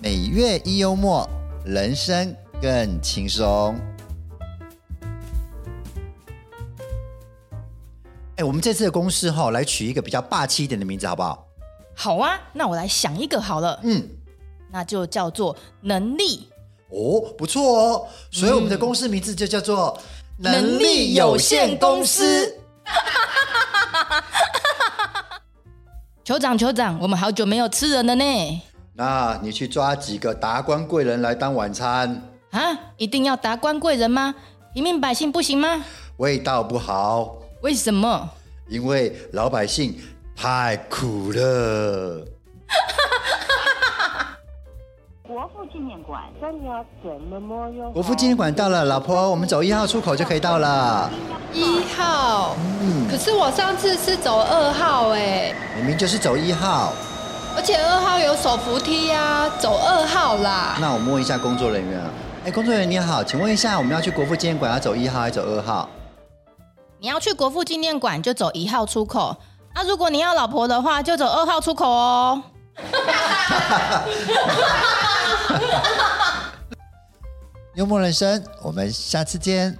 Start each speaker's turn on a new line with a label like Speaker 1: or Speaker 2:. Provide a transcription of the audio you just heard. Speaker 1: 每月一幽默，人生更轻松。哎、我们这次的公式哈、来取一个比较霸气一点的名字，好不好？
Speaker 2: 好啊，那我来想一个好了，
Speaker 1: 嗯，
Speaker 2: 那就叫做能力。
Speaker 1: 哦，不错哦。所以我们的公司名字就叫做“嗯能力有限公司
Speaker 2: 酋长，酋长，我们好久没有吃人了呢。”。
Speaker 1: 那你去抓几个达官贵人来当晚餐，
Speaker 2: 啊，一定要达官贵人吗？平民百姓不行吗？
Speaker 1: 味道不好，
Speaker 2: 为什么？
Speaker 1: 因为老百姓太苦了。
Speaker 3: 国父纪念馆三幺准 Memorial
Speaker 1: 国父纪念馆到了，老婆，我们走一号出口就可以到了。
Speaker 4: 一号，可是我上次是走二号哎，
Speaker 1: 明明就是走一号。
Speaker 4: 而且二号有手扶梯呀、走二号啦。
Speaker 1: 那我问一下工作人员啊，哎，工作人员你好，请问一下，我们要去国父纪念馆要走一号还是走二号？
Speaker 2: 你要去国父纪念馆就走一号出口，啊，如果你要老婆的话，就走二号出口哦。
Speaker 1: 幽默人生，我们下次见。